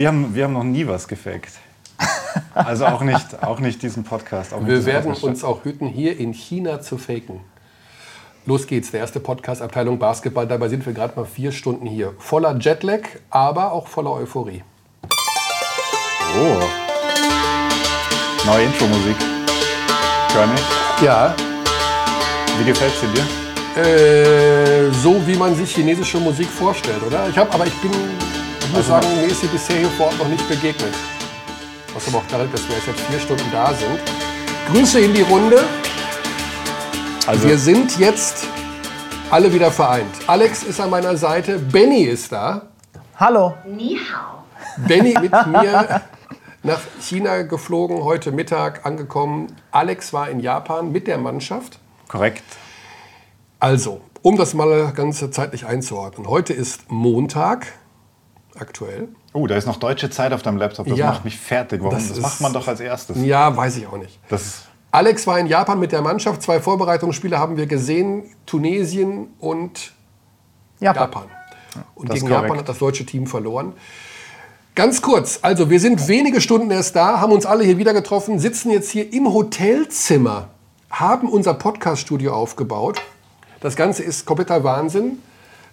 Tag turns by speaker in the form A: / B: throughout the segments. A: Wir haben, wir haben noch nie was gefaked. Also auch nicht, auch nicht diesen Podcast. Auch nicht
B: Wir
A: diesen
B: werden
A: Podcast.
B: uns auch hüten, hier in China zu faken. Los geht's, der erste Podcast Abteilung Basketball. Dabei sind wir gerade mal vier Stunden hier. Voller Jetlag, aber auch voller Euphorie.
A: Oh. Neue Intro-Musik. Johnny,
B: Ja,
A: wie gefällt sie dir?
B: äh, so wie man sich chinesische Musik vorstellt, oder? Ich habe, aber ich bin, ich
A: Also
B: muss sagen, mir ist sie bisher hier vor Ort noch nicht begegnet. Was aber auch daran, dass wir jetzt seit vier Stunden da sind. Grüße in die Runde.
A: Also,
B: Wir sind jetzt alle wieder vereint. Alex ist an meiner Seite, Benny ist da.
C: Hallo.
B: Benny mit mir nach China geflogen, heute Mittag angekommen. Alex war in Japan mit der Mannschaft.
A: korrekt.
B: Also, um das mal ganze zeitlich einzuordnen. Heute ist Montag, aktuell.
A: Oh, da ist noch deutsche Zeit auf deinem Laptop. Das
B: Ja.
A: macht mich fertig. Warum? Das,
B: Das ist-
A: macht man doch als erstes.
B: Ja, weiß ich auch nicht.
A: Das ist
B: Alex war in Japan mit der Mannschaft. Zwei Vorbereitungsspiele haben wir gesehen. Tunesien und
C: Japan.
B: Japan. Und
A: Das ist
B: gegen
A: korrekt.
B: Japan hat das deutsche Team verloren. Ganz kurz, also wir sind wenige Stunden erst da, haben uns alle hier wieder getroffen, sitzen jetzt hier im Hotelzimmer, haben unser Podcast-Studio aufgebaut. Das Ganze ist kompletter Wahnsinn.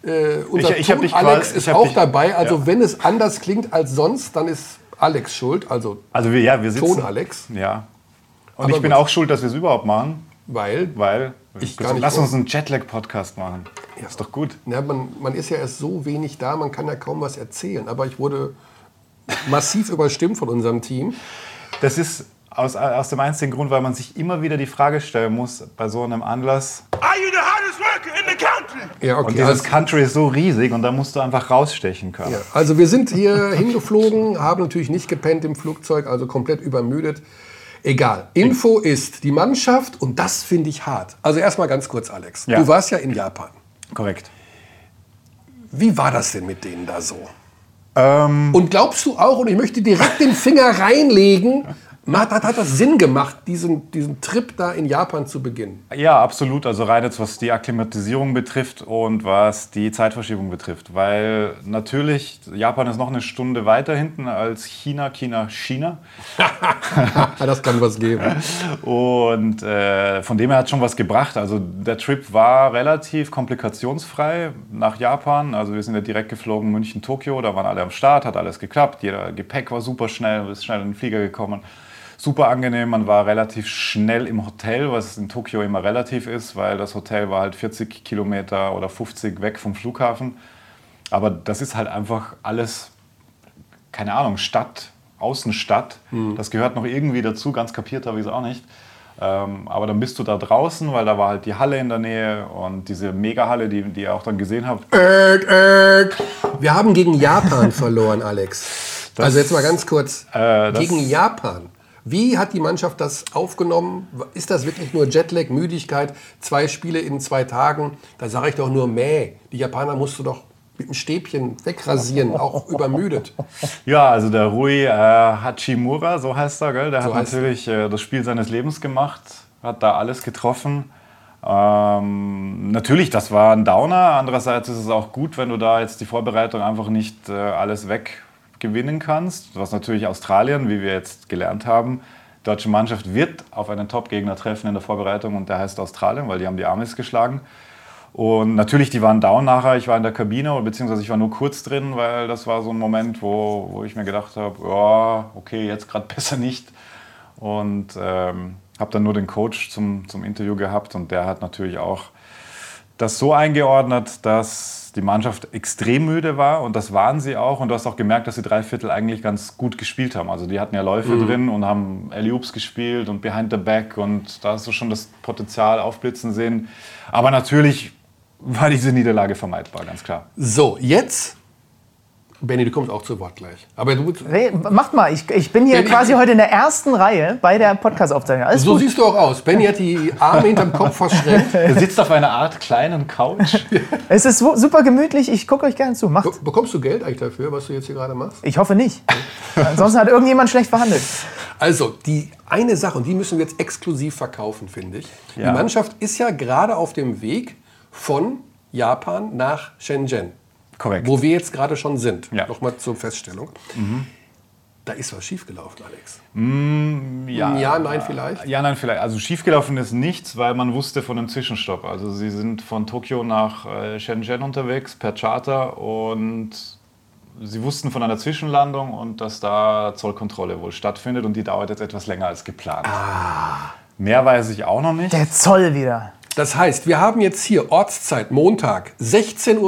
B: Äh, unser
A: Ich- ich hab
B: Ton
A: dich
B: Alex
A: quasi- ich
B: ist
A: hab
B: auch
A: dich-
B: dabei. Also
A: ja.
B: wenn es anders klingt als sonst, dann ist Alex schuld. Also
A: also wir, ja, wir sitzen.
B: Ton Alex,
A: Ja. Und
B: Aber
A: ich bin
B: gut.
A: auch schuld, dass wir es überhaupt machen,
B: weil
A: weil.
B: Ich gar nicht
A: Lass
B: vor-
A: uns einen Jetlag-Podcast machen. Ist doch gut.
B: Na, man, man ist ja erst so wenig da, man kann ja kaum was erzählen. Aber ich wurde massiv überstimmt von unserem Team.
A: Das ist aus, aus dem einzigen Grund, weil man sich immer wieder die Frage stellen muss bei so einem Anlass.
D: Are you the hardest worker in the country?
B: Ja,
A: Und
B: okay.
A: dieses
B: Also,
A: Country ist so riesig und da musst du einfach rausstechen können.
B: ja. also wir sind hier hingeflogen, haben natürlich nicht gepennt im Flugzeug, also komplett übermüdet. Egal. Info ist die Mannschaft und das finde ich hart. Also erstmal ganz kurz, Alex.
A: Ja.
B: Du warst ja in Japan.
A: Korrekt.
B: Wie war das denn mit denen da so?
A: Ähm,
B: Und glaubst du auch, und ich möchte direkt den Finger reinlegen, hat, hat, hat das Sinn gemacht, diesen, diesen Trip da in Japan zu beginnen?
A: ja, absolut. Also rein jetzt, was die Akklimatisierung betrifft und was die Zeitverschiebung betrifft. Weil natürlich, Japan ist noch eine Stunde weiter hinten als China, China, China.
B: Ah, das kann was geben.
A: Und äh, von dem her hat schon was gebracht. Also der Trip war relativ komplikationsfrei nach Japan. Also wir sind ja direkt geflogen, München, Tokio. Da waren alle am Start, hat alles geklappt. Jeder Gepäck war super schnell, ist schnell in den Flieger gekommen. Super angenehm, man war relativ schnell im Hotel, was in Tokio immer relativ ist, weil das Hotel war halt 40 Kilometer oder 50 weg vom Flughafen. Aber das ist halt einfach alles keine Ahnung, Stadt, Außenstadt. Das gehört noch irgendwie dazu, ganz kapiert habe ich es auch nicht. Ähm, aber dann bist du da draußen, weil da war halt die Halle in der Nähe und diese Mega-Halle, die, die ihr auch dann gesehen habt.
B: Äck, äck. Wir haben gegen Japan verloren, Alex. also jetzt mal ganz kurz.
A: das-
B: gegen Japan. Wie hat die Mannschaft das aufgenommen? Ist das wirklich nur Jetlag, Müdigkeit, zwei Spiele in zwei Tagen? Da sage ich doch nur, mäh, die Japaner musst du doch mit dem Stäbchen wegrasieren, auch übermüdet.
A: Ja, also der Rui äh, Hachimura, so heißt er, gell? der hat
B: heißt er.
A: natürlich äh, das Spiel seines Lebens gemacht, hat da alles getroffen. Ähm, natürlich, das war ein Downer. Andererseits ist es auch gut, wenn du da jetzt die Vorbereitung einfach nicht äh, alles weggewinnen kannst. Was natürlich Australien, wie wir jetzt gelernt haben, deutsche Mannschaft wird auf einen Top-Gegner treffen in der Vorbereitung und der heißt Australien, weil die haben die Amis geschlagen. Und natürlich, die waren down nachher. Ich war in der Kabine, oder beziehungsweise ich war nur kurz drin, weil das war so ein Moment, wo, wo ich mir gedacht habe, ja, okay, jetzt gerade besser nicht. Und ähm, habe dann nur den Coach zum, zum Interview gehabt und der hat natürlich auch das so eingeordnet, dass die Mannschaft extrem müde war und das waren sie auch. Und du hast auch gemerkt, dass sie drei Viertel eigentlich ganz gut gespielt haben. Also die hatten ja Läufe drin und haben Alley-Oops gespielt und Behind the Back und da hast du schon das Potenzial aufblitzen sehen. Aber natürlich war diese Niederlage vermeidbar, ganz klar.
B: So, jetzt. Benny, du kommst auch zu Wort gleich. Aber du,
C: Nee, Macht mal, ich, ich bin hier
B: Nee,
C: quasi
B: nee.
C: heute in der ersten Reihe bei der Podcast-Aufzeichnung. Alles
B: so
C: gut.
B: siehst du auch aus. Benny hat die Arme hinterm Kopf verschränkt.
A: Er sitzt auf einer Art kleinen Couch.
C: Es ist su- super gemütlich, ich gucke euch gerne zu. Macht.
B: Be- Bekommst du Geld eigentlich dafür, was du jetzt hier gerade machst?
C: Ich hoffe nicht. Ansonsten hat irgendjemand schlecht verhandelt.
B: Also, die eine Sache, und die müssen wir jetzt exklusiv verkaufen, finde ich.
A: Ja.
B: Die Mannschaft ist ja gerade auf dem Weg von Japan nach Shenzhen.
A: Korrekt.
B: Wo wir jetzt gerade schon sind.
A: Ja.
B: Nochmal zur Feststellung. Da ist was schiefgelaufen, Alex.
A: Mm, ja,
B: ja, nein, vielleicht.
A: Ja, nein, vielleicht. Also schiefgelaufen ist nichts, weil man wusste von einem Zwischenstopp. Also sie sind von Tokio nach äh, Shenzhen unterwegs per Charter und sie wussten von einer Zwischenlandung und dass da Zollkontrolle wohl stattfindet und die dauert jetzt etwas länger als geplant.
B: Ah.
A: Mehr weiß ich auch noch nicht.
C: Der Zoll wieder.
B: Das heißt, wir haben jetzt hier Ortszeit Montag 16.24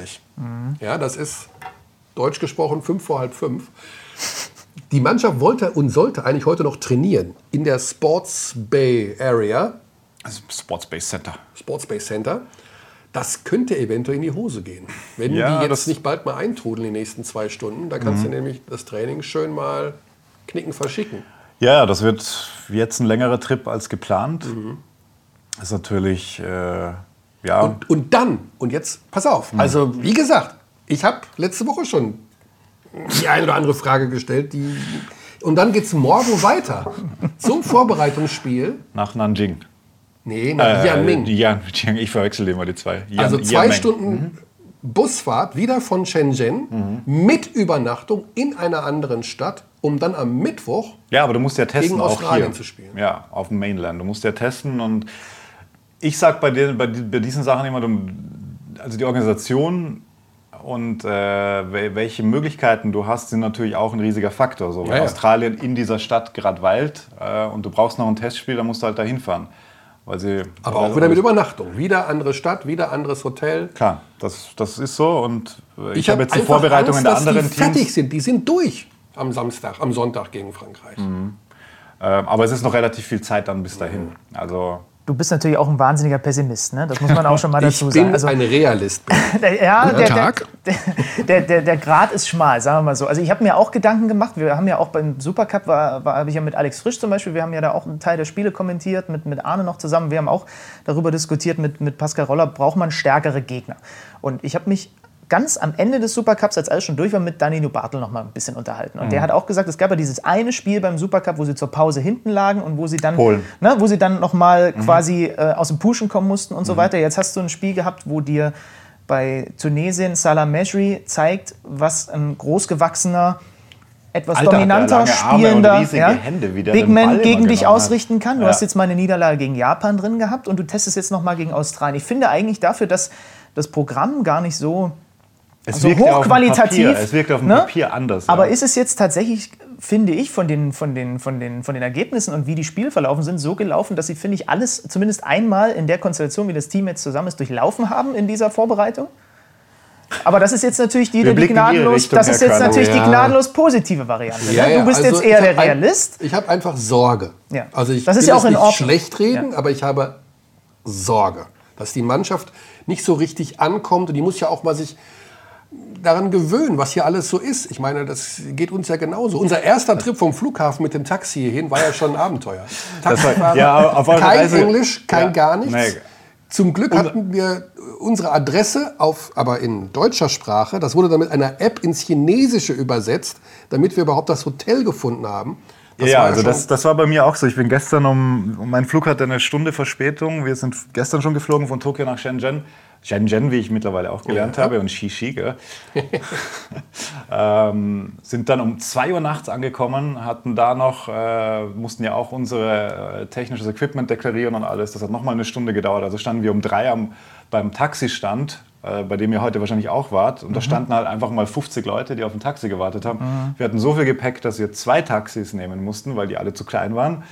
B: Uhr. Ja, das ist deutsch gesprochen fünf vor halb fünf. Die Mannschaft wollte und sollte eigentlich heute noch trainieren in der Sports Bay Area,
A: Also Sports Base Center.
B: Sports Bay Center. Das könnte eventuell in die Hose gehen. Wenn
A: Ja,
B: die jetzt
A: das- Mhm.
B: nicht bald mal eintrudeln die nächsten zwei Stunden, dann kannst du nämlich das Training schön mal knicken verschicken.
A: Ja, das wird jetzt ein längerer Trip als geplant.
B: Mhm.
A: Ist natürlich, äh, ja.
B: Und, und dann, und jetzt, pass auf,
A: Mhm.
B: also wie gesagt, ich habe letzte Woche schon die eine oder andere Frage gestellt, die. Und dann geht's morgen weiter zum Vorbereitungsspiel.
A: nach Nanjing.
B: Nee, nach Yanming.
A: Äh, Yanming. Ich verwechsel immer die zwei. Yan-
B: also zwei
A: Yanming.
B: Stunden
A: Mhm.
B: Busfahrt wieder von Shenzhen mit Übernachtung in einer anderen Stadt, um dann am Mittwoch
A: Ja, aber du musst ja testen
B: Gegen
A: auch
B: Australien
A: hier.
B: zu spielen.
A: Ja, auf dem Mainland. Du musst ja testen und ich sag bei, den, bei, di- bei diesen Sachen immer, du, also die Organisation und äh, wel- welche Möglichkeiten du hast, sind natürlich auch ein riesiger Faktor. So, wenn
B: ja.
A: Australien in dieser Stadt gerade weilt äh, und du brauchst noch ein Testspiel, dann musst du halt da hinfahren. Weil sie,
B: aber auch wieder mit Übernachtung. Wieder andere Stadt, wieder anderes Hotel.
A: Klar, das, das ist so und äh, ich,
B: hab
A: habe jetzt die
B: einfach
A: Vorbereitung
B: Angst,
A: in der
B: dass
A: anderen
B: die fertig
A: Teams.
B: sind. Die sind durch am Samstag, am Sonntag gegen Frankreich.
A: Ähm, aber es ist noch relativ viel Zeit dann bis dahin. Also
C: Du bist natürlich auch ein wahnsinniger Pessimist, ne? Das muss man auch schon mal dazu
B: ich
C: sagen.
B: bin
C: Also,
B: ein Realist.
C: der, ja, der, der,
B: Tag.
C: der, der, der Grad ist schmal, sagen wir mal so. Also ich habe mir auch Gedanken gemacht. Wir haben ja auch beim Supercup, war, war, habe ich ja mit Alex Frisch zum Beispiel, wir haben ja da auch einen Teil der Spiele kommentiert, mit, mit Arne noch zusammen. Wir haben auch darüber diskutiert mit, mit Pascal Roller, braucht man stärkere Gegner. Und ich habe mich ganz am Ende des Supercups, als alles schon durch war, mit Danilo Bartel noch mal ein bisschen unterhalten. Und der hat auch gesagt, es gab ja dieses eine Spiel beim Supercup, wo sie zur Pause hinten lagen und wo sie dann,
A: Polen.
C: Ne, wo sie dann noch mal
A: Mhm.
C: quasi äh, aus dem Pushen kommen mussten und so weiter. Jetzt hast du ein Spiel gehabt, wo dir bei Tunesien Salah Mejri zeigt, was ein großgewachsener, etwas
A: Alter, hat der
C: dominanter
A: lange Arme und
C: spielender
A: riesige Hände, wie der
C: Big
A: den Ball
C: Man
A: immer
C: gegen dich
A: genommen hat.
C: ausrichten kann. Du
A: Ja.
C: hast jetzt mal eine Niederlage gegen Japan drin gehabt und du testest jetzt noch mal gegen Australien. Ich finde eigentlich dafür, dass das Programm gar nicht so
A: es
C: Also
A: wirkt ja auf dem
C: hochqualitativ,
A: Papier, es wirkt auf dem
C: ne?
A: Papier anders.
C: Aber
A: ja.
C: ist es jetzt tatsächlich, finde ich, von den, von, den, von, den, von den Ergebnissen und wie die Spiele verlaufen sind, so gelaufen, dass sie, finde ich, alles zumindest einmal in der Konstellation, wie das Team jetzt zusammen ist, durchlaufen haben in dieser Vorbereitung? Aber das ist jetzt natürlich die,
A: Wir
C: die
A: blicken in Ihre
C: gnadenlos,
A: Richtung,
C: das ist
A: Herr
C: jetzt
A: Körner.
C: natürlich
B: Ja.
C: die gnadenlos positive Variante.
B: Ja,
C: ne?
B: ja,
C: du bist
B: also
C: jetzt eher
B: ich hab
C: der
B: ein-
C: Realist.
B: Ich habe einfach Sorge.
C: Ja.
B: Also ich
C: Das ist
B: will
C: ja
B: es
C: auch in
B: nicht
C: Ordnung.
B: schlecht reden, aber ich habe Sorge, dass die Mannschaft nicht so richtig ankommt und die muss ja auch mal sich daran gewöhnen, was hier alles so ist. Ich meine, das geht uns ja genauso. Unser erster Trip vom Flughafen mit dem Taxi hierhin war ja schon ein Abenteuer. Taxifahrer,
A: ja, auf eurer
B: kein
A: Reise-
B: Englisch, kein
A: Ja.
B: gar nichts.
A: Nee.
B: Zum Glück hatten wir unsere Adresse auf, aber in deutscher Sprache. Das wurde dann mit einer App ins Chinesische übersetzt, damit wir überhaupt das Hotel gefunden haben. Das
A: ja,
B: war
A: also
B: schon-
A: das, das war bei mir auch so. Ich bin gestern um, mein Flug hatte eine Stunde Verspätung. Wir sind gestern schon geflogen von Tokio nach Shenzhen. Shenzhen, wie ich mittlerweile auch gelernt habe, und Xixi, gell? ähm, sind dann um 2 Uhr nachts angekommen, hatten da noch, äh, mussten ja auch unser äh, technisches Equipment deklarieren und alles. Das hat nochmal eine Stunde gedauert. Also standen wir um 3 am, beim Taxistand, äh, bei dem ihr heute wahrscheinlich auch wart. Und da standen halt einfach mal 50 Leute, die auf ein Taxi gewartet haben. Wir hatten so viel Gepäck, dass wir zwei Taxis nehmen mussten, weil die alle zu klein waren.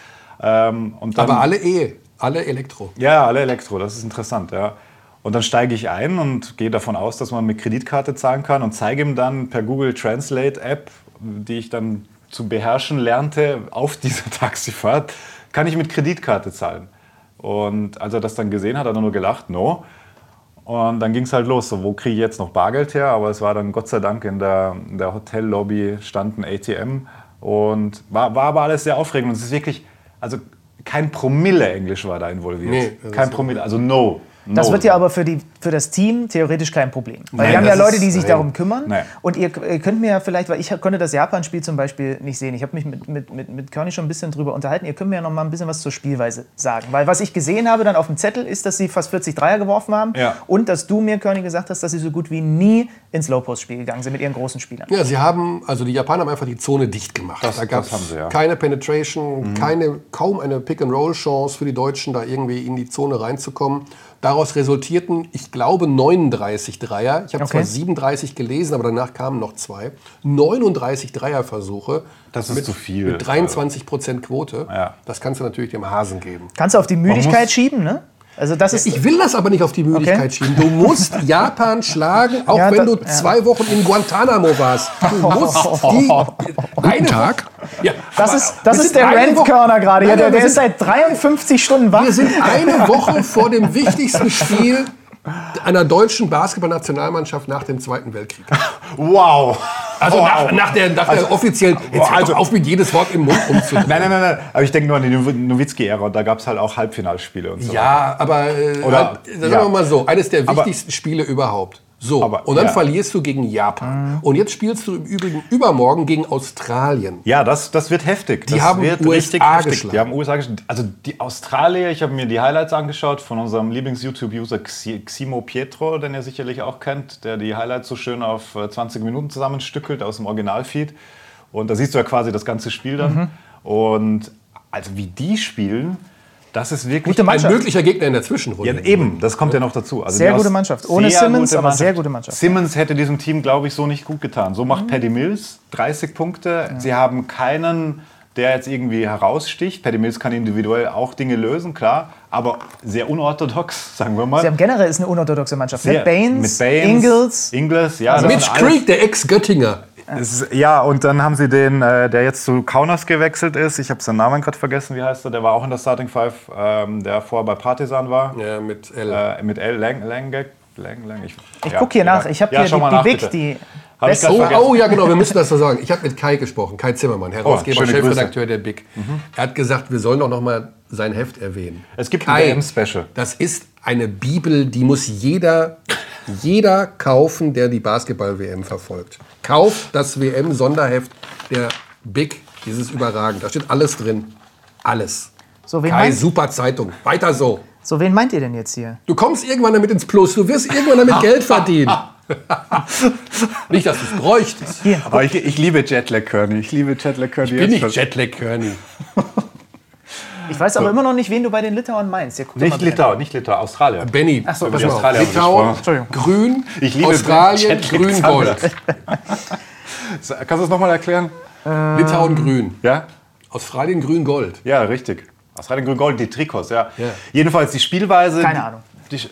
A: Ähm, und dann,
B: aber alle E, alle Elektro.
A: ja, alle Elektro, das ist interessant, ja. Und dann steige ich ein und gehe davon aus, dass man mit Kreditkarte zahlen kann und zeige ihm dann per Google Translate App, die ich dann zu beherrschen lernte auf dieser Taxifahrt, kann ich mit Kreditkarte zahlen. Und als er das dann gesehen hat, hat er nur gelacht, no. Und dann ging es halt los, so wo kriege ich jetzt noch Bargeld her? Aber es war dann Gott sei Dank in der, in der Hotellobby stand ein ATM und war, war aber alles sehr aufregend. Und es ist wirklich, also kein Promille Englisch war da involviert.
B: Nee, das
A: kein
B: ist-
A: Promille, also no.
C: Das
B: Oh.
A: No.
C: wird ja aber für, die, für das Team theoretisch kein Problem. Weil
A: Nein,
C: wir haben ja
A: das
C: Leute,
A: ist-
C: die sich
A: eben.
C: darum kümmern.
A: Nee.
C: Und ihr, ihr könnt mir ja vielleicht, weil ich konnte das Japan-Spiel zum Beispiel nicht sehen. Ich habe mich mit, mit, mit, mit Körny schon ein bisschen drüber unterhalten. Ihr könnt mir ja noch mal ein bisschen was zur Spielweise sagen. Weil was ich gesehen habe dann auf dem Zettel ist, dass sie fast 40 Dreier geworfen haben.
A: Ja.
C: Und dass du mir, Körny, gesagt hast, dass sie so gut wie nie ins Low-Post-Spiel gegangen sind mit ihren großen Spielern.
B: Ja, sie haben, also die Japaner haben einfach die Zone dicht gemacht.
A: Das-
B: da gab
A: das haben
B: es
A: sie, ja. Mhm.
B: keine Penetration, keine, kaum eine Pick-and-Roll-Chance für die Deutschen, da irgendwie in die Zone reinzukommen. Daraus resultierten, ich glaube, 39 Dreier. Ich habe
C: Okay.
B: zwar 37 gelesen, aber danach kamen noch zwei. 39 Dreierversuche.
A: Das ist
B: mit,
A: zu viel.
B: Mit 23 Prozent Quote.
A: Ja.
B: Das kannst du natürlich dem Hasen geben.
C: Kannst du auf die Müdigkeit
A: muss-
C: schieben, ne? Also das ist
B: Ich will das aber nicht auf die Müdigkeit
C: Okay.
B: schieben. Du musst Japan schlagen, auch
C: Ja,
B: wenn
C: da-
B: du
C: ja.
B: zwei Wochen in Guantanamo warst. Du musst die einen Tag. Ja,
C: Das
B: aber
C: ist, das
B: wir
C: ist
B: sind
C: der
B: eine Woche-
C: Randkörner gerade. hier.
B: Nein,
C: Der,
B: nein,
C: der
B: wir
C: ist
B: sind-
C: seit 53 Stunden wach.
B: Wir sind eine Woche vor dem wichtigsten Spiel einer deutschen Basketballnationalmannschaft nach dem Zweiten Weltkrieg.
A: Wow!
B: Also
A: Oh, wow.
B: nach, nach der, nach der offiziellen. Jetzt hört
A: also-
B: doch auf, mit jedes Wort im Mund umzudrehen.
A: Nein, nein, nein, nein. Aber ich denke nur an die Now- Nowitzki-Ära. und Da gab es halt auch Halbfinalspiele und so.
B: Ja, aber äh,
A: Oder-
B: halt, sagen
A: ja.
B: wir mal so, eines der
A: Aber-
B: wichtigsten Spiele überhaupt. So,
A: Aber-
B: und dann
A: ja. Mhm.
B: verlierst du gegen Japan. Und jetzt spielst du im Übrigen übermorgen gegen Australien.
A: Ja, das, das wird heftig. Die das
B: haben
A: wird
B: USA geschlagen.
A: Die haben USA geschlagen. Also die Australier, ich habe mir die Highlights angeschaut von unserem Lieblings-YouTube-User Xi- Ximo Pietro, den ihr sicherlich auch kennt, der die Highlights so schön auf äh, 20 Minuten zusammenstückelt aus dem Originalfeed. Und da siehst du ja quasi das ganze Spiel dann. Und also wie die spielen, das ist wirklich...
C: Gute
B: Ein
C: Mannschaft.
B: möglicher Gegner in der Zwischenrunde.
A: Ja, eh, eben, das kommt ja noch dazu. Also
C: Sehr
A: die Aus-
C: gute Mannschaft. Ohne Simmons, aber sehr gute Mannschaft. Mhm.
A: Simmons hätte diesem Team, glaube ich, so nicht gut getan. So macht Paddy Mills 30 Punkte. Sie haben keinen, der jetzt irgendwie heraussticht. Paddy Mills kann individuell auch Dinge lösen, klar, aber sehr unorthodox, sagen wir mal.
C: Sie haben generell ist eine unorthodoxe Mannschaft.
A: Sehr-
C: mit
A: mit
C: Baines,
A: Baines,
C: Ingles. Also
A: Ingles, ja. das
B: Mitch
A: sind alles-
B: Creek, der Ex-Göttinger.
A: es ist- Ja, und dann haben sie den, äh, der jetzt zu Kaunas gewechselt ist. Ich habe seinen Namen gerade vergessen, wie heißt er? Der war auch in der Starting Five, ähm, der vorher bei Partisan war.
B: Ja, mit L.
A: äh, mit L Lang, Langek, Lang, Lang. Ich,
C: Ich guck hier nach. Ich habe
A: ja,
C: hier
A: schau
C: die,
A: mal
C: die
A: nach,
C: Big,
A: bitte.
C: die
A: Hab ich
C: Best-
A: grad
B: Oh,
A: vergessen.
B: oh ja, genau, wir müssen das so sagen. Ich habe mit Kai gesprochen, Kai Zimmermann, Herausgeber,
A: Oh, schöne Mhm.
B: Chefredakteur der BIC. Er hat gesagt, wir sollen doch noch mal sein Heft erwähnen.
A: Es gibt ein WM-Special.
B: Das ist eine Bibel, die muss jeder, jeder kaufen, der die Basketball-WM verfolgt. Kauft das WM-Sonderheft der BIC. Dieses überragend. Da steht alles drin. Alles.
C: So, wen
B: Kai,
C: meinst-
B: super Zeitung. Weiter so.
C: So, wen meint ihr denn jetzt hier?
B: Du kommst irgendwann damit ins Plus. Du wirst irgendwann damit Geld verdienen. Nicht, dass du es bräuchtest.
C: Hier,
A: Aber ich, ich liebe Jetlag Kearney. Ich liebe Jetlag Kearney.
B: Bin
A: jetzt
B: ich
A: schon.
B: Jetlag Kearney.
C: ich weiß aber immer noch nicht, wen du bei den Litauern meinst. Hier, guck doch mal
A: Nicht
C: bitte.
A: Litau, nicht Litau, Australier.
B: Benny,
A: Ach so,
B: pass
A: über
B: mal auf.
A: Australien haben wir
B: Litauen,
A: gesprochen.
B: Grün,
A: Ich liebe
B: Australien,
A: Jetlag
B: Grün,
A: Sanders.
B: Gold.
A: So, Kannst du das nochmal erklären?
B: Litauen, Grün.
A: Ja?
B: Australien, Grün, Gold.
A: Ja, richtig. Australien, Grün, Gold, die Trikots, ja.
B: Ja.
A: Jedenfalls die Spielweise.
C: Keine Ahnung.
A: Die, die,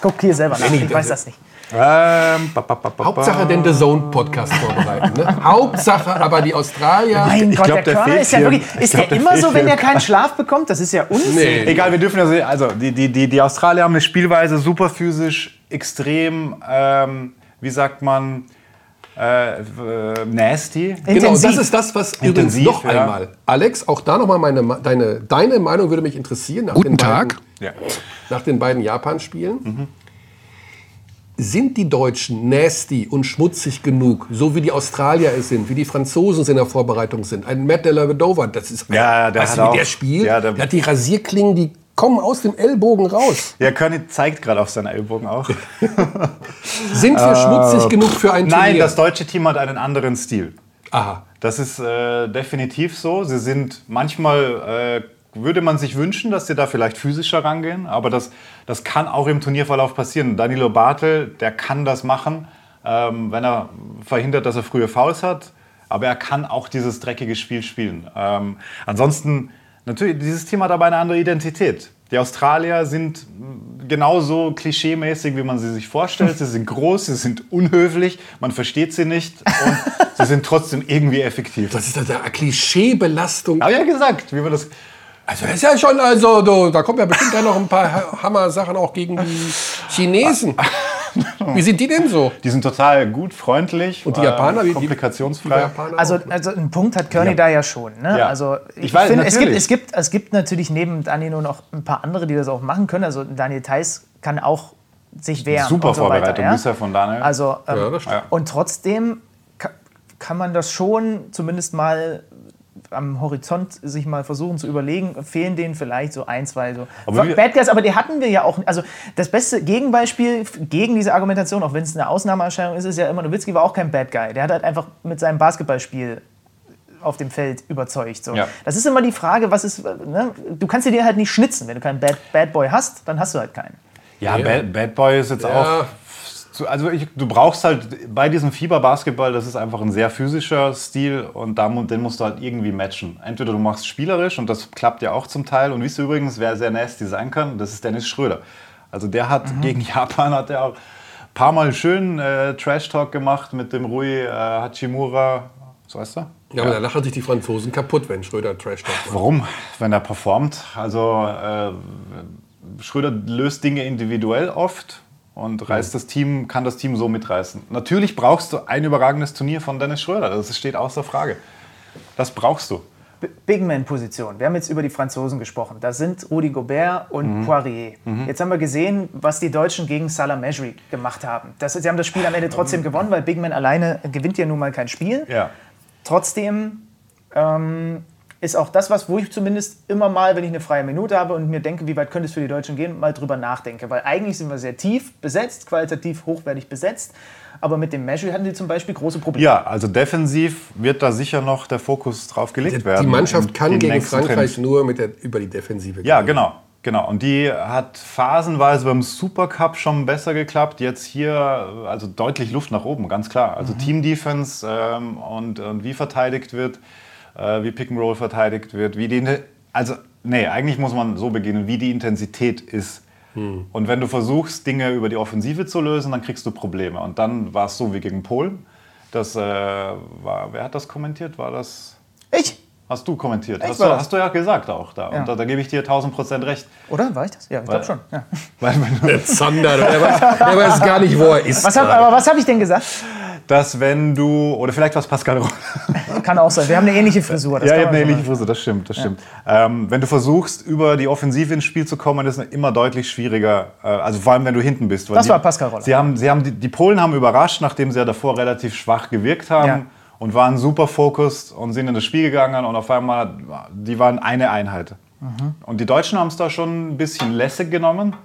C: Guck hier selber nach. Ich weiß das nicht.
A: ähm, ba, ba, ba, ba,
B: Hauptsache den The Zone Podcast vorbereiten. Ne? Hauptsache aber die Australier.
C: Mein
A: ich
C: Gott,
A: glaub, der
C: der, Körner
A: fehlt
C: ist ja
A: hier-
C: wirklich.
A: ich
C: Ist
A: glaub,
C: der
A: der
C: immer so,
A: fehlt
C: wenn er
A: hier-
C: keinen Schlaf bekommt? Das ist ja Unsinn.
B: Nee.
A: Egal, wir dürfen also, also die, die, die, die Australier haben eine Spielweise super physisch, extrem, ähm, wie sagt man, äh, äh, nasty.
B: Genau,
C: Intensiv.
B: das ist das, was übrigens
A: Intensiv,
B: noch
A: ja.
B: einmal. Alex, auch da nochmal meine, Ma- deine, deine Meinung würde mich interessieren. Nach
E: Guten
B: den beiden-
E: Tag.
A: Ja.
B: nach den beiden Japan-Spielen. Sind die Deutschen nasty und schmutzig genug, so wie die Australier es sind, wie die Franzosen es in der Vorbereitung sind? Ein Matt Dellavedova, das ist ein,
A: Ja, der
B: weißt
A: hat
B: du, wie der
A: auch-
B: spielt,
A: ja,
B: der,
A: der-
B: hat die Rasierklingen, die kommen aus dem Ellbogen raus.
A: Ja, Körny zeigt gerade auf seinen Ellbogen auch.
B: Sind wir schmutzig genug für ein Turnier?
A: Äh, Nein, das deutsche Team hat einen anderen Stil.
B: Aha.
A: Das ist äh, definitiv so. Sie sind manchmal, äh, würde man sich wünschen, dass sie da vielleicht physischer rangehen, aber das, das kann auch im Turnierverlauf passieren. Danilo Bartel, der kann das machen, ähm, wenn er verhindert, dass er frühe Fouls hat, aber er kann auch dieses dreckige Spiel spielen. Ähm, ansonsten, natürlich, dieses Team hat aber eine andere Identität. Die Australier sind mh, genauso klischeemäßig, wie man sie sich vorstellt. Sie sind groß, sie sind unhöflich, man versteht sie nicht und sie sind trotzdem irgendwie effektiv.
B: Das ist eine Klischeebelastung.
A: Hab ich ja gesagt, wie man das.
B: Also das ist ja schon, also da- da kommen ja bestimmt dann noch ein paar Ha- Hammer-Sachen auch gegen die Chinesen. Wie sind die denn so?
A: Die sind total gut, freundlich.
B: Und die Japaner, wie-
A: Äh,
B: wie-
A: komplikationsfrei.
C: Also, also einen Punkt hat Kearney da ja schon. Ne?
A: Ja.
C: Also ich,
A: Ich weiß,
C: finde, es gibt,
A: natürlich.
C: es, gibt, es gibt natürlich neben Danilo noch ein paar andere, die das auch machen können. Also Daniel Theiss kann auch sich wehren.
A: Super
C: und so
A: Vorbereitung
C: weiter, ja?
A: bisher von Daniel.
C: Also, ähm,
B: Ja, das stimmt.
C: und trotzdem ka- kann man das schon zumindest mal am Horizont sich mal versuchen zu überlegen, fehlen denen vielleicht so ein, zwei so
A: Aber wir-
C: Bad Guys, aber die hatten wir ja auch, also das beste Gegenbeispiel f- gegen diese Argumentation, auch wenn es eine Ausnahmeerscheinung ist, ist ja immer, Nowitzki war auch kein Bad Guy, der hat halt einfach mit seinem Basketballspiel auf dem Feld überzeugt. So.
A: Ja.
C: Das ist immer die Frage, was ist, äh, ne? du kannst dir den halt nicht schnitzen, wenn du keinen Bad, Bad Boy hast, dann hast du halt keinen.
A: Ja, Bad, Bad Boy ist jetzt auch. zu- Also ich, du brauchst halt bei diesem Fieberbasketball, das ist einfach ein sehr physischer Stil und da, mu- den musst du halt irgendwie matchen. Entweder du machst spielerisch und das klappt ja auch zum Teil. Und wisst ihr übrigens, wer sehr nasty sein kann? Das ist Dennis Schröder. Also der hat gegen Japan hat er auch ein paar Mal schön äh, Trash Talk gemacht mit dem Rui äh, Hachimura. So heißt er?
B: Ja, aber da lachen sich die Franzosen kaputt, wenn Schröder Trash talk macht.
A: Warum, wenn er performt? Also äh, Schröder löst Dinge individuell oft und
B: Mhm.
A: reißt das Team, kann das Team so mitreißen. Natürlich brauchst du ein überragendes Turnier von Dennis Schröder, das steht außer Frage. Das brauchst du.
C: B- Big Man-Position. Wir haben jetzt über die Franzosen gesprochen. Da sind Rudi Gobert und Poirier. Jetzt haben wir gesehen, was die Deutschen gegen Salah Mejri gemacht haben. Das, sie haben das Spiel am Ende trotzdem gewonnen, weil Big Man alleine gewinnt Mhm. ja nun mal kein Spiel.
A: Ja.
C: Trotzdem ähm, ist auch das was, wo ich zumindest immer mal, wenn ich eine freie Minute habe und mir denke, wie weit könnte es für die Deutschen gehen, mal drüber nachdenke. Weil eigentlich sind wir sehr tief besetzt, qualitativ hochwertig besetzt. Aber mit dem Mejri hatten sie zum Beispiel große Probleme.
A: Ja, also defensiv wird da sicher noch der Fokus drauf gelegt werden.
B: Die Mannschaft
A: im-
B: kann
A: im
B: gegen
A: nächsten
B: Frankreich
A: Training.
B: nur mit der, über die Defensive
A: Ja,
B: gewinnen.
A: genau. Genau, und die hat phasenweise beim Supercup schon besser geklappt. Jetzt hier, also deutlich Luft nach oben, ganz klar. Also Team-Defense ähm, und, und wie verteidigt wird, äh, wie Pick'n'Roll verteidigt wird, wie die. Inte- Also, nee, eigentlich muss man so beginnen, wie die Intensität ist. Und wenn du versuchst, Dinge über die Offensive zu lösen, dann kriegst du Probleme. Und dann war es so wie gegen Polen. Das äh, war, wer hat das kommentiert? War das.
C: Ich?
A: Hast du kommentiert?
C: Ich
A: Hast du,
C: war das.
A: hast du ja gesagt auch da.
C: Ja.
A: Und da, da gebe ich dir 1000 Prozent recht.
C: Oder? War ich das? Ja, ich glaube schon. Ja.
A: Weil wenn du,
B: Der Zander, der weiß, der weiß gar nicht, wo er ist.
C: Was hab, aber was habe ich denn gesagt?
A: dass wenn du, oder vielleicht war es Pascal Rohr.
C: Kann auch sein. Wir haben eine ähnliche Frisur. das
A: Ja,
C: kann
A: ich habe
C: man
A: eine
C: schon
A: ähnliche Frisur, das stimmt, das stimmt. Ähm, wenn du versuchst, über die Offensive ins Spiel zu kommen, ist es immer deutlich schwieriger, äh, also vor allem, wenn du hinten bist. weil
C: Das
A: die,
C: war Pascal Roller.
A: Sie haben, sie haben, die, die Polen haben überrascht, nachdem sie ja davor relativ schwach gewirkt haben
C: Ja.
A: und waren super fokussiert und sind in das Spiel gegangen und auf einmal, hat- die waren eine Einheit. Und die Deutschen haben es da schon ein bisschen lässig genommen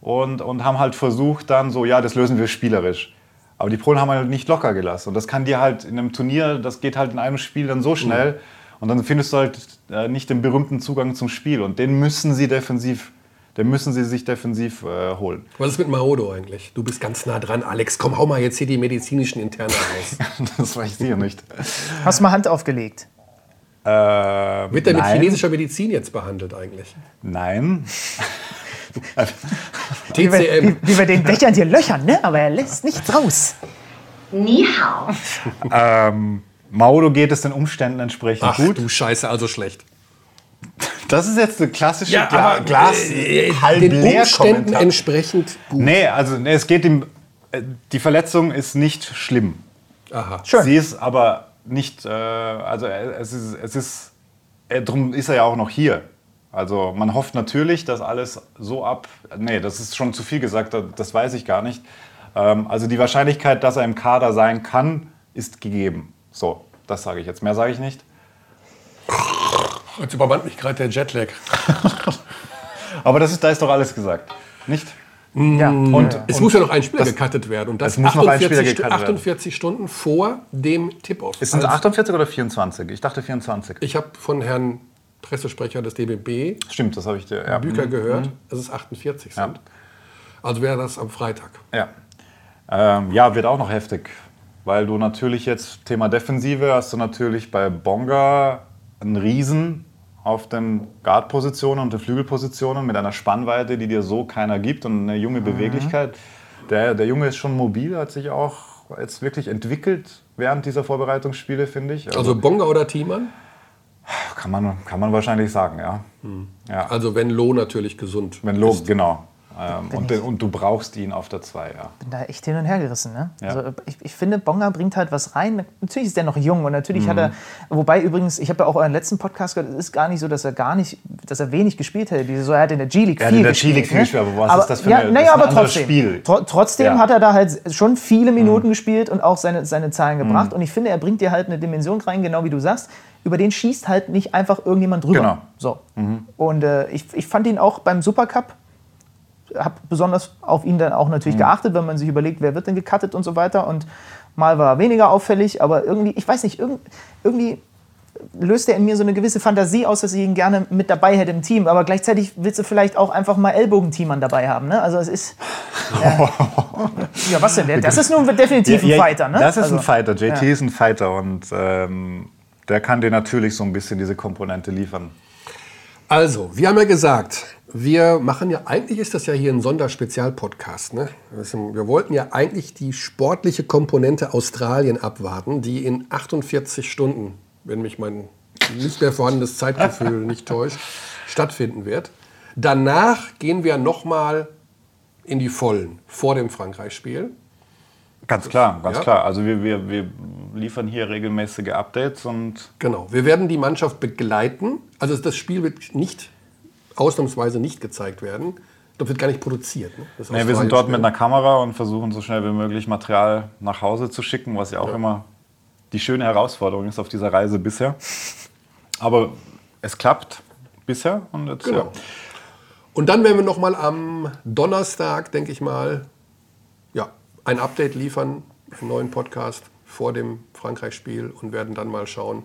A: und, und haben halt versucht dann so, ja, das lösen wir spielerisch. Aber die Polen haben halt nicht locker gelassen. Und das kann dir halt in einem Turnier, das geht halt in einem Spiel dann so schnell. Und dann findest du halt äh, nicht den berühmten Zugang zum Spiel. Und den müssen sie defensiv, den müssen sie sich defensiv äh, holen.
B: Was ist mit Maodo eigentlich? Du bist ganz nah dran, Alex. Komm, hau mal jetzt hier die medizinischen Internen raus.
A: Das weiß ich sicher nicht.
C: sagen. Hast du mal Hand aufgelegt?
A: Ähm,
B: Wird der mit
A: nein,
B: chinesischer Medizin jetzt behandelt eigentlich?
A: Nein.
C: Wie wir,
B: TCM.
C: wie, wie wir den Bechern hier löchern, ne? Aber er lässt nichts raus.
E: 你好。
A: ähm, Mauro geht es den Umständen entsprechend
B: Ach
A: gut.
B: du Scheiße, also schlecht.
A: Das ist jetzt eine klassische Gla
B: aber
A: Glas
B: äh,
A: halb
B: den
A: leer
B: Umständen
A: Kommentar.
B: entsprechend gut.
A: Nee, also nee, es geht ihm. äh, Die Verletzung ist nicht schlimm.
B: Aha.
C: Schön.
A: Sie ist aber nicht. Äh, also äh, es ist. Es ist äh, drum ist er ja auch noch hier. Also man hofft natürlich, dass alles so ab. Nee, das ist schon zu viel gesagt. das- Das weiß ich gar nicht. Ähm, also die Wahrscheinlichkeit, dass er im Kader sein kann, ist gegeben. So, das sage ich jetzt. Mehr sage ich nicht.
B: Jetzt übermannt mich gerade der Jetlag.
A: Aber das ist, da ist doch alles gesagt, nicht?
C: Ja.
A: Und,
B: Es
A: und
B: muss ja noch ein Spieler gecuttet werden. Und das
A: es muss noch ein Spieler
B: 48 Stu-
A: gecuttet werden.
B: 48 Stunden vor dem Tip-Off.
A: ist es
B: Also,
A: 48 oder 24? Ich dachte 24.
B: ich habe von Herrn Pressesprecher des DBB
A: Stimmt, das habe ich dir. Ja.
B: Bücher gehört, dass es 48 sind. Also wäre das am Freitag.
A: Ja. Ähm, ja, wird auch noch heftig. Weil du natürlich jetzt, Thema Defensive, hast du natürlich bei Bonga einen Riesen auf den Guard-Positionen und den Flügelpositionen mit einer Spannweite, die dir so keiner gibt und eine
C: Mhm.
A: junge Beweglichkeit. Der, der Junge ist schon mobil, hat sich auch jetzt wirklich entwickelt während dieser Vorbereitungsspiele, finde ich.
B: Also Bonga oder Thiemann?
C: Mhm.
A: kann man, kann man wahrscheinlich sagen, ja. ja.
B: Also wenn Loh natürlich gesund.
A: Wenn Lob, genau. Ähm,
C: Bin
A: und,
C: ich.
A: de- und du brauchst ihn auf der 2, ja.
C: bin da echt hin und her gerissen. Ne?
A: Ja.
C: Also ich, ich finde, Bonga bringt halt was rein. Natürlich ist er noch jung und natürlich hat
A: Mhm.
C: er, wobei übrigens, ich habe ja auch euren letzten Podcast gehört, es ist gar nicht so, dass er gar nicht, dass er wenig gespielt hätte. Diese, so, er hat in der G-League
A: Er hat
C: viel
A: in der
C: gespielt.
A: G-League viel gespielt, aber was ist das für
C: ja,
A: eine- das
C: Naja,
A: ist ein
C: aber
A: anderes
C: trotzdem.
A: Spiel.
C: Tro trotzdem
A: Ja. Mhm.
C: hat er da halt schon viele Minuten gespielt und auch seine, seine Zahlen gebracht. Und ich finde, er bringt dir halt eine Dimension rein, genau wie du sagst, über den schießt halt nicht einfach irgendjemand drüber.
A: Genau.
C: So. Und äh, ich, ich fand ihn auch beim Supercup habe besonders auf ihn dann auch natürlich
A: Mhm.
C: geachtet, wenn man sich überlegt, wer wird denn gecuttet und so weiter. Und mal war er weniger auffällig, aber irgendwie, ich weiß nicht, irgend, irgendwie löst er in mir so eine gewisse Fantasie aus, dass ich ihn gerne mit dabei hätte im Team. Aber gleichzeitig willst du vielleicht auch einfach mal Ellbogenteamern dabei haben. Ne? Also es ist. Ja, ja was denn? Der, das ist nun definitiv ein Fighter, ne?
A: Das ist
C: also,
A: ein Fighter. JT
C: ja.
A: ist ein Fighter und ähm, der kann dir natürlich so ein bisschen diese Komponente liefern.
B: Also, wir haben ja gesagt, wir machen ja, eigentlich ist das ja hier ein Sonderspezialpodcast. Ne? Wir wollten ja eigentlich die sportliche Komponente Australien abwarten, die in 48 Stunden, wenn mich mein nicht mehr vorhandenes Zeitgefühl nicht täuscht, stattfinden wird. Danach gehen wir nochmal in die Vollen vor dem Frankreich-Spiel.
A: Ganz klar, ganz
B: Ja.
A: klar. Also wir, wir, wir liefern hier regelmäßige Updates und
B: Genau, wir werden die Mannschaft begleiten. Also das Spiel wird nicht, ausnahmsweise nicht gezeigt werden. Das wird gar nicht produziert. Ne? Das
A: nee, wir sind dort
B: Australien-Spiel.
A: mit einer Kamera und versuchen so schnell wie möglich Material nach Hause zu schicken, was ja auch immer die schöne Herausforderung ist auf dieser Reise bisher. Aber es klappt bisher und jetzt
B: Genau.
A: ja.
B: Und dann werden wir nochmal am Donnerstag, denke ich mal, ja, ein Update liefern, einen neuen Podcast vor dem Frankreich-Spiel und werden dann mal schauen,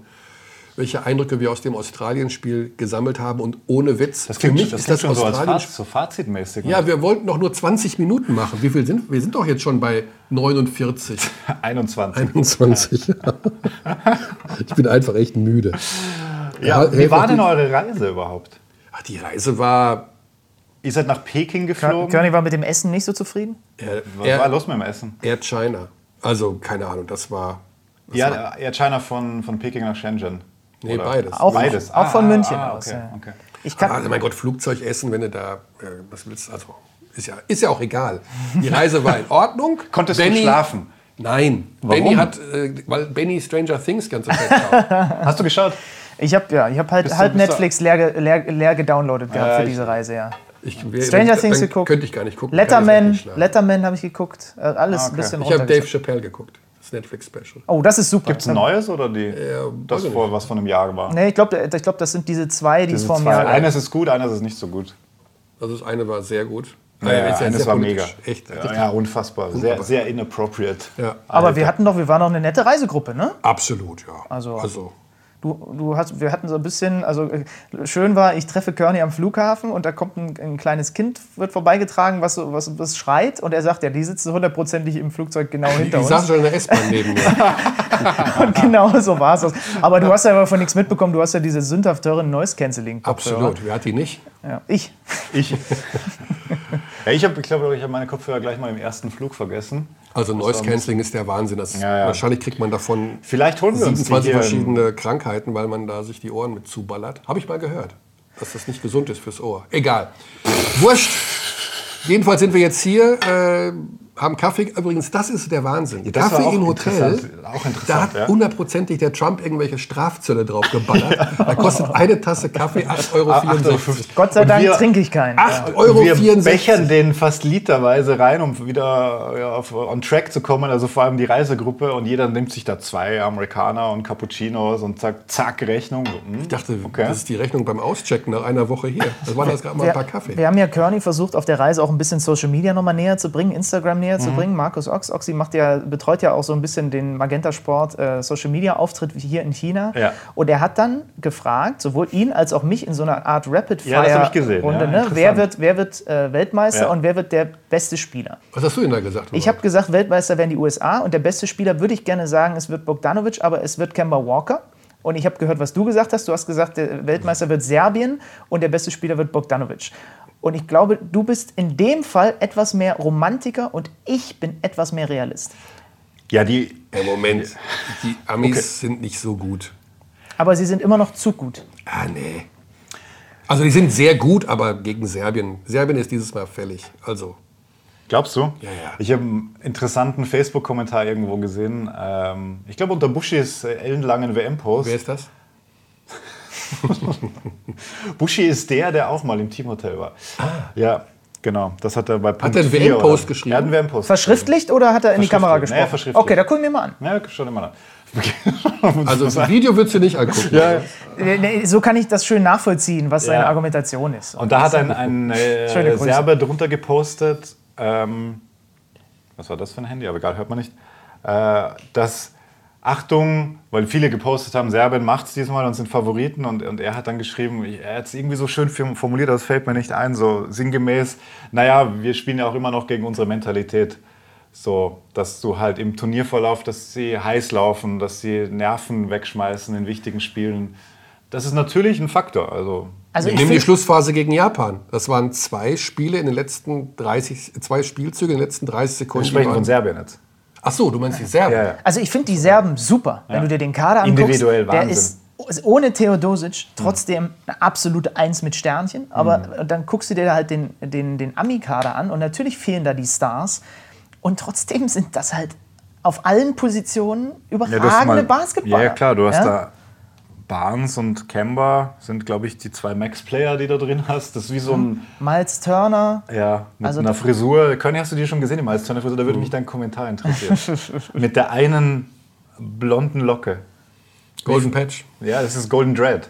B: welche Eindrücke wir aus dem Australien-Spiel gesammelt haben. Und ohne Witz,
A: Das klingt,
B: für mich
A: das
B: ist
A: klingt
B: das
A: schon so als
B: Australien.
A: Fazit, so fazitmäßig.
B: Ja, wir wollten doch nur 20 Minuten machen. Wie viel sind wir? sind doch jetzt schon bei 49,
A: 21.
B: 21. ich bin einfach echt müde.
A: Ja,
B: hey,
A: wie war
B: was-
A: denn eure Reise überhaupt?
B: Ach, die Reise war.
A: Ihr seid nach Peking geflogen?
C: Kearney war mit dem Essen nicht so zufrieden.
B: Air,
A: Was war
B: Air,
A: los mit dem Essen?
B: Air China. Also, keine Ahnung, das war.
A: Ja, Air China von, von Peking nach Shenzhen.
B: Nee,
A: Oder?
B: beides.
C: Auch,
A: Beides.
C: auch von
A: Ah,
C: München
A: ah,
C: aus.
A: okay,
C: ja.
A: okay.
C: Ich
B: Ja,
C: kann,
B: also mein Gott, Flugzeug essen, wenn du da, äh, was willst, also ist ja, ist ja auch egal. Die Reise war in Ordnung.
A: Konntest du schlafen?
B: Nein.
A: Warum?
B: Benny hat, äh, weil Benny Stranger Things ganze Zeit schaut.
A: Hast du geschaut?
C: ich habe ja, ich hab halt,
A: Bist du-
C: halt
A: bist du-
C: Netflix leer, ge- leer, leer gedownloadet gehabt
A: Ja,
C: für
A: ich-
C: diese Reise, ja.
B: Ich, wär-
C: Stranger
B: dann
C: Things geguckt.
B: Könnte ich gar nicht gucken. kann
C: Letterman,
B: ich auch nicht schlafen.
C: Letterman habe ich geguckt. Äh, Alles
A: Ah, okay.
C: ein bisschen
B: Ich habe
C: runtergesetzt.
B: Dave Chappelle geguckt. Das Netflix-Special.
C: Oh, das ist super.
A: Gibt's ein neues oder die? das
B: weiß ich
A: vor, was von einem Jahr war.
C: Nee, ich glaube, ich glaub, das sind diese zwei, die es
A: Diese
C: vor einem
A: zwei.
C: Jahr gab.
A: Eines ist gut, eines ist nicht so gut.
B: Also das eine war sehr gut.
A: Ja,
B: Äh, ist ja
A: eines
B: sehr
A: war mega.
B: politisch. Echt. also,
A: Ja, ja, unfassbar. Sehr, sehr inappropriate.
B: Ja.
C: Aber wir hatten doch, wir waren doch eine nette Reisegruppe, ne?
B: Absolut, ja.
C: Also-
B: also
C: Du, du hast, wir hatten so ein bisschen, also äh, schön war, ich treffe Kearney am Flughafen und da kommt ein, ein kleines Kind, wird vorbeigetragen, was, so- was, was schreit und er sagt, ja, die sitzen hundertprozentig im Flugzeug genau hinter
B: ich
C: uns.
B: saß schon in der S-Bahn neben mir.
C: Und genau so war es. Aber du hast ja davon nichts mitbekommen, du hast ja diese sündhaft teuren Noise-Canceling-Kopfhörer.
B: Absolut. Wer hat die nicht?
C: Ja. Ich.
A: Ich, ja, ich habe, ich glaube, ich habe meine Kopfhörer gleich mal im ersten Flug vergessen.
B: Also Noise Cancelling ist der Wahnsinn. Das
A: Ja, ja.
B: Wahrscheinlich kriegt man davon
A: Vielleicht holen wir uns die
B: 27
A: hier.
B: verschiedene Krankheiten, weil man da sich die Ohren mit zuballert. Habe ich mal gehört, dass das nicht gesund ist fürs Ohr. Egal. Wurscht. Jedenfalls sind wir jetzt hier, äh, haben Kaffee. Übrigens, das ist der Wahnsinn.
A: das war
B: Kaffee
A: auch
B: im Hotel,
A: interessant. Auch interessant,
B: da hat
A: ja.
B: hundertprozentig der Trump irgendwelche Strafzölle drauf geballert. Da kostet eine Tasse Kaffee 8,64 Euro.
A: 8,50.
C: Gott sei
A: Und
C: Dank
A: wir-
C: trinke ich keinen. Ja.
B: 8,64 Euro.
A: wir bechern den fast literweise rein, um wieder ja, auf, on track zu kommen. Also vor allem die Reisegruppe und jeder nimmt sich da zwei Amerikaner und Cappuccinos und zack, zack, Rechnung. So, hm,
B: Ich dachte,
A: okay.
B: das ist die Rechnung beim Auschecken nach einer Woche hier. Das waren das gerade mal ein paar Kaffee.
C: Wir haben ja Kearney versucht, auf der Reise auch ein bisschen Social Media nochmal näher zu bringen, Instagram näher
A: Mhm.
C: zu bringen. Markus Ochs, Oxy macht ja, betreut ja auch so ein bisschen den Magenta Sport äh, Social Media Auftritt hier in China.
A: Ja.
C: Und er hat dann gefragt, sowohl ihn als auch mich in so einer Art Rapid
A: Ja, das hab ich
C: Fire
A: gesehen, ja,
C: Runde, ne? wer
A: interessant.
C: wird, wer wird äh, Weltmeister
A: Ja.
C: und wer wird der beste Spieler?
B: Was hast du denn da gesagt?
C: Ich habe gesagt, Weltmeister wären die USA und der beste Spieler würde ich gerne sagen, es wird Bogdanovic, aber es wird Kemba Walker. Und ich habe gehört, was du gesagt hast. Du hast gesagt, der Weltmeister wird Serbien und der beste Spieler wird Bogdanovic. Und ich glaube, du bist in dem Fall etwas mehr Romantiker und ich bin etwas mehr Realist.
A: ja, die,
B: Hey, Moment, die Amis sind nicht so gut.
C: Aber sie sind immer noch zu gut.
B: Ah, nee. Also die sind sehr gut, aber gegen Serbien. Serbien ist dieses Mal fällig. Also
A: Glaubst du?
B: Ja, ja.
A: Ich habe einen interessanten Facebook-Kommentar irgendwo gesehen. Ähm, ich glaube, unter Buschis äh, ellenlangen WM-Post.
B: wer ist das?
A: Buschi ist der, der auch mal im Teamhotel war. Ja, genau. Das hat er bei Punkt
B: Ah. er einen
A: 4
B: WM-Post
A: oder-
B: geschrieben?
A: Er hat einen WM-Post.
C: Verschriftlicht oder hat er in die Kamera
A: Verschriftlicht.
C: gesprochen?
A: Nee, verschriftlicht.
C: Okay, da gucken wir mal an.
A: Ja, schon immer noch.
B: Also das Video würdest du nicht angucken.
A: ja.
C: Also, Nee, nee, So kann ich das schön nachvollziehen, was seine
A: Ja.
C: Argumentation ist.
A: Und da hat ein, ein
C: Schöne
A: äh,
C: Grüße.
A: Serbe drunter gepostet, ähm, was war das für ein Handy, aber egal, hört man nicht, äh, dass, Achtung, weil viele gepostet haben, Serbien macht's diesmal und sind Favoriten und, und er hat dann geschrieben, ich- er hat es irgendwie so schön firm- formuliert, aber es fällt mir nicht ein, so sinngemäß, naja, wir spielen ja auch immer noch gegen unsere Mentalität. So, dass du halt im Turnierverlauf, dass sie heiß laufen, dass sie Nerven wegschmeißen in wichtigen Spielen. Das ist natürlich ein Faktor. Also
C: also ich
B: Nimm die
C: find,
B: Schlussphase gegen Japan. Das waren zwei Spiele in den letzten 30, zwei Spielzüge in den letzten 30 Sekunden.
A: wir
B: die
A: sprechen
B: waren-
A: von Serbien jetzt.
B: Ach so, du meinst die Serben.
A: Ja, ja.
C: also ich find die Serben super, wenn du dir den Kader anguckst.
A: Individuell
C: der
A: Wahnsinn.
C: ist ist ohne Theodosic trotzdem eine absolute Eins mit Sternchen. Aber
A: Mhm.
C: dann guckst du dir halt den, den, den Ami-Kader an und natürlich fehlen da die Stars. Und trotzdem sind das halt auf allen Positionen
A: Ja, du hast
C: überragende
A: mal-
C: Basketballer.
A: Ja, klar, du hast
C: Ja?
A: da Barnes und Kemba sind, glaube ich, die zwei Max-Player, die du drin hast. Das ist wie so ein,
C: Miles Turner.
A: ja, mit
C: Also Hm.
A: einer
C: da-
A: Frisur. Conny, hast du die schon gesehen im Eisturner-Frisur? Da würde mich dein Kommentar interessieren. mit der einen blonden Locke.
B: Golden Patch.
A: Ja, das ist Golden Dread.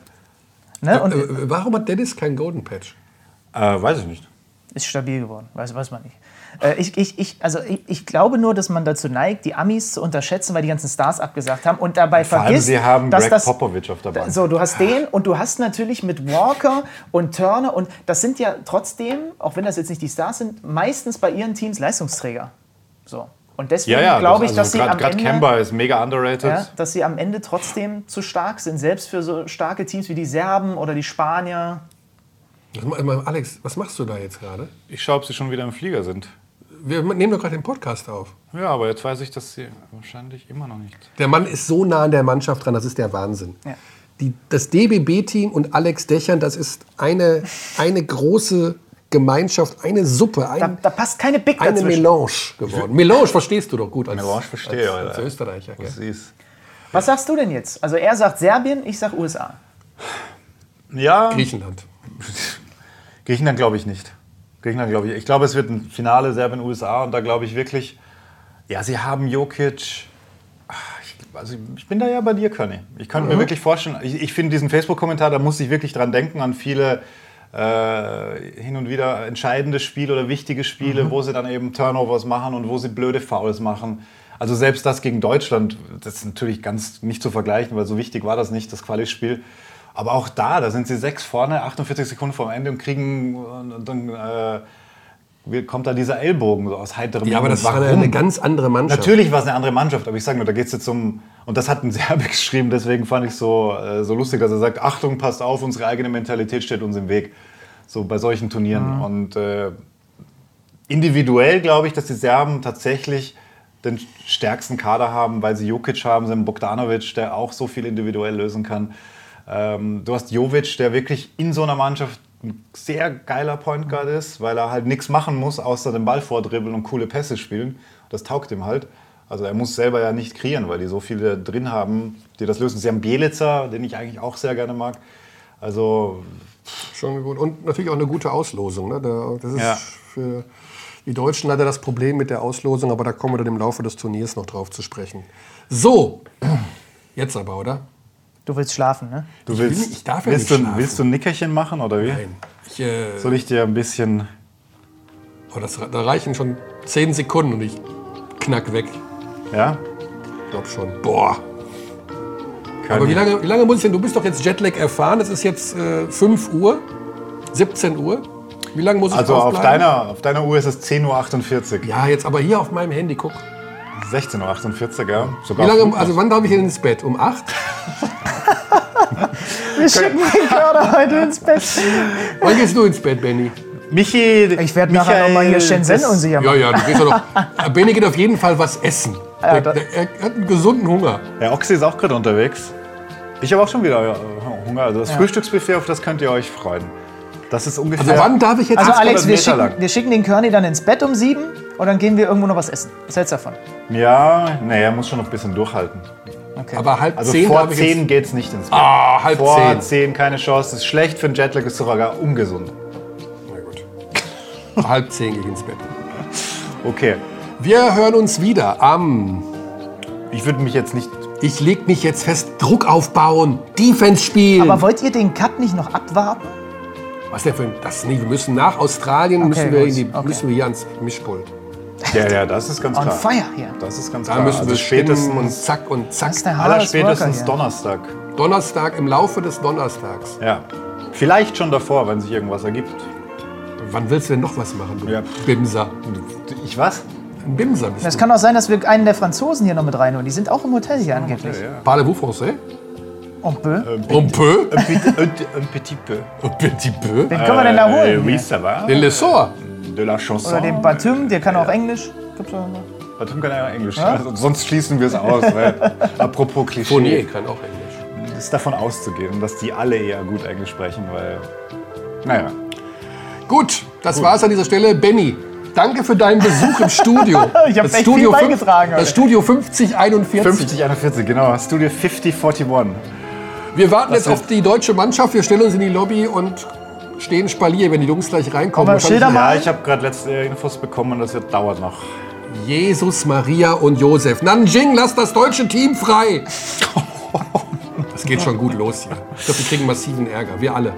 C: Ne? Und
B: äh, warum hat Dennis keinen Golden Patch?
A: Äh, weiß ich nicht.
C: ist stabil geworden, weiß, weiß man nicht. Äh, Ich, ich, ich, also ich, ich glaube nur, dass man dazu neigt, die Amis zu unterschätzen, weil die ganzen Stars abgesagt haben und dabei
A: Vor allem,
C: vergisst,
A: sie haben
C: dass
A: Greg
C: das,
A: Popovich auf der Bank.
C: So, du hast den und du hast natürlich mit Walker und Turner und das sind ja trotzdem, auch wenn das jetzt nicht die Stars sind, meistens bei ihren Teams Leistungsträger. So. Und deswegen
A: ja, ja,
C: glaube ich, dass sie am
A: Gerade
C: Ende...
A: Kemba ist mega underrated.
C: Ja, dass sie am Ende trotzdem zu stark sind, selbst für so starke Teams wie die Serben oder die Spanier.
B: Das ma- ma- Alex, was machst du da jetzt gerade?
A: Ich schaue, ob sie schon wieder im Flieger sind.
B: Wir nehmen doch gerade den Podcast auf.
A: Ja, aber jetzt weiß ich, dass sie wahrscheinlich immer noch nicht.
B: Der Mann ist so nah an der Mannschaft dran, das ist der Wahnsinn.
C: Ja.
B: Die, das DBB-Team und Alex Dächern, das ist eine, eine große Gemeinschaft, eine Suppe, ein,
C: Da, da passt keine Big
B: Ähm, eine
C: dazwischen.
B: Melange geworden. Melange verstehst du doch gut als,
A: Melange verstehe,
B: als, als
A: Alter.
B: Österreicher. Gell?
A: Was ist?
C: Was sagst du denn jetzt? Also er sagt Serbien, ich sag USA.
A: Ja,
B: Griechenland.
A: Griechenland glaube ich nicht. Griechenland glaube ich. Ich glaube, es wird ein Finale Serbien-USA und da glaube ich wirklich, ja, sie haben Jokic. Ah, Ich, also ich bin da ja bei dir, Conny. Ich könnte
B: Mhm.
A: mir wirklich vorstellen, ich, ich finde diesen Facebook-Kommentar, da muss ich wirklich dran denken, an viele äh, hin und wieder entscheidende Spiele oder wichtige Spiele,
B: Mhm.
A: wo sie dann eben Turnovers machen und wo sie blöde Fouls machen. Also selbst das gegen Deutschland, das ist natürlich ganz nicht zu vergleichen, weil so wichtig war das nicht, das Quali-Spiel. Aber auch da, da sind sie sechs vorne, 48 Sekunden vorm Ende und kriegen, und, und dann äh, wir- kommt da dieser Ellbogen so aus heiterem
B: Ja, aber das war eine,
A: Warum?
B: eine ganz andere Mannschaft.
A: Natürlich war es eine andere Mannschaft, aber ich sage nur, da geht es jetzt um. Und das hat ein Serbe geschrieben, deswegen fand ich es so, äh, so lustig, dass er sagt: Achtung, passt auf, unsere eigene Mentalität steht uns im Weg. So bei solchen Turnieren. Und äh, individuell glaube ich, dass die Serben tatsächlich den stärksten Kader haben, weil sie Jokic haben, sie haben Bogdanovic, der auch so viel individuell lösen kann. Ähm, du hast Jovic, der wirklich in so einer Mannschaft ein sehr geiler Point Guard ist, weil er halt nichts machen muss, außer den Ball vordribbeln und coole Pässe spielen. Das taugt ihm halt. Also er muss selber ja nicht kreieren, weil die so viele drin haben, die das lösen. Sie haben Bielitzer, den ich eigentlich auch sehr gerne mag. Also
B: Schon gut. Und natürlich auch eine gute Auslosung. Ne? Da- Das ist
A: Ja.
B: für die Deutschen leider das Problem mit der Auslosung, aber da kommen wir dann im Laufe des Turniers noch drauf zu sprechen. So, jetzt aber, oder?
C: Du willst schlafen, ne?
A: du willst,
B: nicht- ich darf ja
A: willst,
B: nicht
A: du,
B: schlafen.
A: willst du ein Nickerchen machen oder wie?
B: Nein. Ich, äh,
A: Soll ich dir ein bisschen
B: oh, das, da reichen schon zehn Sekunden und ich knack weg.
A: Ja?
B: Ich glaube schon. Boah.
A: Kann
B: Aber wie
A: ich.
B: lange, wie lange muss ich denn? Du bist doch jetzt Jetlag erfahren. Es ist jetzt äh, 5 Uhr, 17 Uhr. Wie lange muss ich
A: Also auf
B: draufbleiben?
A: deiner, auf deiner Uhr ist es 10.48 Uhr.
B: Ja, jetzt aber hier auf meinem Handy, guck.
A: 16.48 Uhr, ja.
B: Wie
A: Sogar
B: lange,
A: früh.
B: also wann darf ich denn ins Bett? Um 8?
C: Wir schicken den Kader heute ins Bett.
B: Wann gehst du ins Bett, Benny?
A: Michi,
C: Ich werde nachher
A: Michael,
C: nochmal hier Shenzhen
A: das-
C: unsicher machen.
B: Ja, ja, du gehst doch noch. Benny geht auf jeden Fall was essen. Der,
C: da-
B: der, er hat einen gesunden Hunger.
A: Ja, Oxy ist auch gerade unterwegs. Ich habe auch schon wieder äh, Hunger. Also das Frühstücksbuffet, auf das könnt ihr euch freuen. Das ist ungefähr.
B: Also wann darf ich jetzt...
C: Also
A: 800
C: Alex, wir
A: Meter
C: schicken,
A: lang.
C: wir schicken den Körny dann ins Bett um sieben und dann gehen wir irgendwo noch was essen. Was hältst du davon?
A: Ja, nee, er muss schon noch ein bisschen durchhalten.
B: aber halb
A: Also
B: zehn
A: vor
B: darf ich jetzt-
A: 10 geht's nicht ins Bett.
B: Ah, halb
A: vor
B: zehn.
A: 10. keine Chance. Ist schlecht für einen Jetlag, ist sogar ungesund.
B: Na gut. halb zehn gehe ich ins Bett.
A: Okay.
B: Wir hören uns wieder am...
A: Ich würde mich jetzt nicht.
B: Ich leg mich jetzt fest, Druck aufbauen, Defense spielen.
C: Aber wollt ihr den Cut nicht noch abwarten?
B: Was denn für ein... Das, nee, wir müssen nach Australien, müssen, wir
C: gut,
B: in die,
C: okay.
B: müssen wir hier ans Mischpult.
A: Ja, ja, das ist ganz
C: On
A: klar.
C: fire hier.
A: Das ist ganz
B: Da
A: klar.
B: müssen
A: Also
B: wir spätestens und
A: spätestens,
B: zack und
C: Das ist der
B: zack.
C: hartes Worker
A: spätestens
C: hier.
A: Donnerstag.
B: Donnerstag, im Laufe des Donnerstags.
A: Ja. Vielleicht schon davor, wenn sich irgendwas ergibt.
B: Wann willst du denn noch was machen, du
A: Ja.
B: Bimser?
A: Ich was?
B: Ein Bimser bist
C: Es
B: du.
C: kann auch sein, dass wir einen der Franzosen hier noch mit reinholen. Die sind auch im Hotel hier angeblich.
B: Parlez-vous français?
C: Und bö.
A: Ähm,
B: Un peu?
A: Un petit- un- un petit peu.
B: Un petit peu?
C: Wen können wir denn da
A: Äh,
C: holen?
A: oui,
C: hier?
A: ça va.
B: Den Lessor?
A: De la chanson.
C: Oder den Batum, der kann auch Englisch. Gibt's auch noch.
A: Batum kann ja auch Englisch. Also, sonst schließen wir es aus. weil, apropos Klischee.
B: Fournier Oh kann auch Englisch.
A: Ist davon auszugehen, dass die alle eher gut Englisch sprechen, weil. Naja.
B: Gut, das war's an dieser Stelle. Benny, danke für deinen Besuch im Studio.
C: Ich hab
B: Das
C: echt
B: Studio
C: viel
B: fünf-
C: beigetragen heute.
B: Das Studio 5041.
A: 50, 41, genau. Studio 5041.
B: Wir warten jetzt
A: wird-
B: auf die deutsche Mannschaft. Wir stellen uns in die Lobby und stehen Spalier, wenn die Jungs gleich reinkommen.
C: Aber Schilder
B: Wahrscheinlich-
A: Ja, ich habe gerade letzte Infos bekommen und das wird dauert noch.
B: Jesus, Maria und Josef. Nanjing, lass das deutsche Team frei. Das geht schon gut los hier. Ich glaube, wir kriegen massiven Ärger. Wir alle.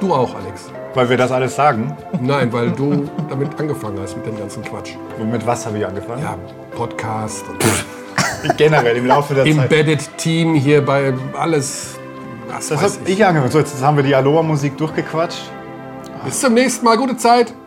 B: Du auch, Alex.
A: Weil wir das alles sagen.
B: Nein, weil du damit angefangen hast mit dem ganzen Quatsch.
A: Und mit was habe ich angefangen?
B: Ja, Podcast und
A: Generell im Laufe der Zeit.
B: Embedded Team hier bei alles. Was
A: Das
B: weiß
A: habe
B: ich.
A: ich angefangen. So, jetzt haben wir die Aloha-Musik durchgequatscht.
B: Bis zum nächsten Mal. Gute Zeit.